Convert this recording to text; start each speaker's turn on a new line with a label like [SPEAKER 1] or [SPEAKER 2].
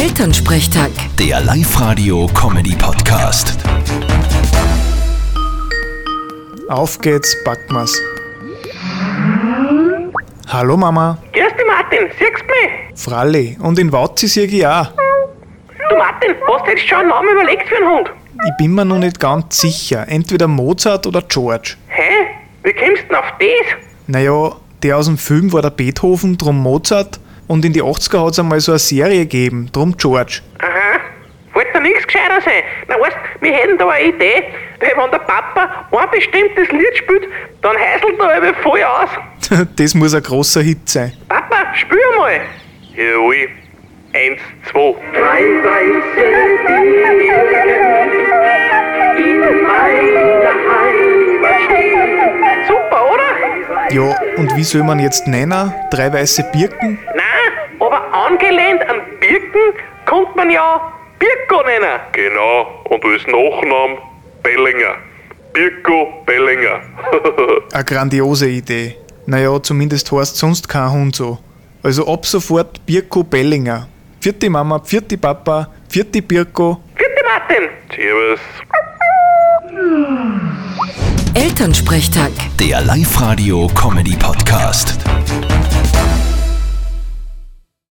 [SPEAKER 1] Elternsprechtag.
[SPEAKER 2] Der Live-Radio-Comedy-Podcast.
[SPEAKER 3] Auf geht's, Backmas. Hallo Mama,
[SPEAKER 4] Grüß dich, Martin. Siehst du mich?
[SPEAKER 3] Fralli und in Wautzi sieg ich auch.
[SPEAKER 4] Du, Martin, hast du jetzt schon einen Namen überlegt für einen Hund?
[SPEAKER 3] Ich bin mir noch nicht ganz sicher, entweder Mozart oder George.
[SPEAKER 4] Hä? Wie kommst du denn auf das?
[SPEAKER 3] Naja, der aus dem Film war der Beethoven, drum Mozart und in die 80er hat's einmal so eine Serie gegeben, drum George.
[SPEAKER 4] Aha. Wollte da nichts gescheiter sein. Na, weißt, wir hätten da eine Idee, weil wenn der Papa ein bestimmtes Lied spielt, dann heißelt er eben voll aus.
[SPEAKER 3] das muss ein großer Hit sein.
[SPEAKER 4] Papa, spiel mal. Jawohl. Eins, zwei. Drei weiße in meiner Heimat stehen. Super, oder?
[SPEAKER 3] Ja, und wie soll man jetzt nennen? Drei weiße Birken?
[SPEAKER 4] Nein, aber angelehnt an Birken kommt man ja Birko nennen.
[SPEAKER 5] Genau, und als Nachnamen Bellinger. Birko Bellinger.
[SPEAKER 3] Eine grandiose Idee. Naja, zumindest heißt sonst kein Hund so. Also ab sofort Birko Bellinger. Vierte Mama, vierte Papa, vierte Birko.
[SPEAKER 4] Vierte Martin.
[SPEAKER 5] Servus.
[SPEAKER 1] Elternsprechtag.
[SPEAKER 2] Der Live-Radio-Comedy-Podcast.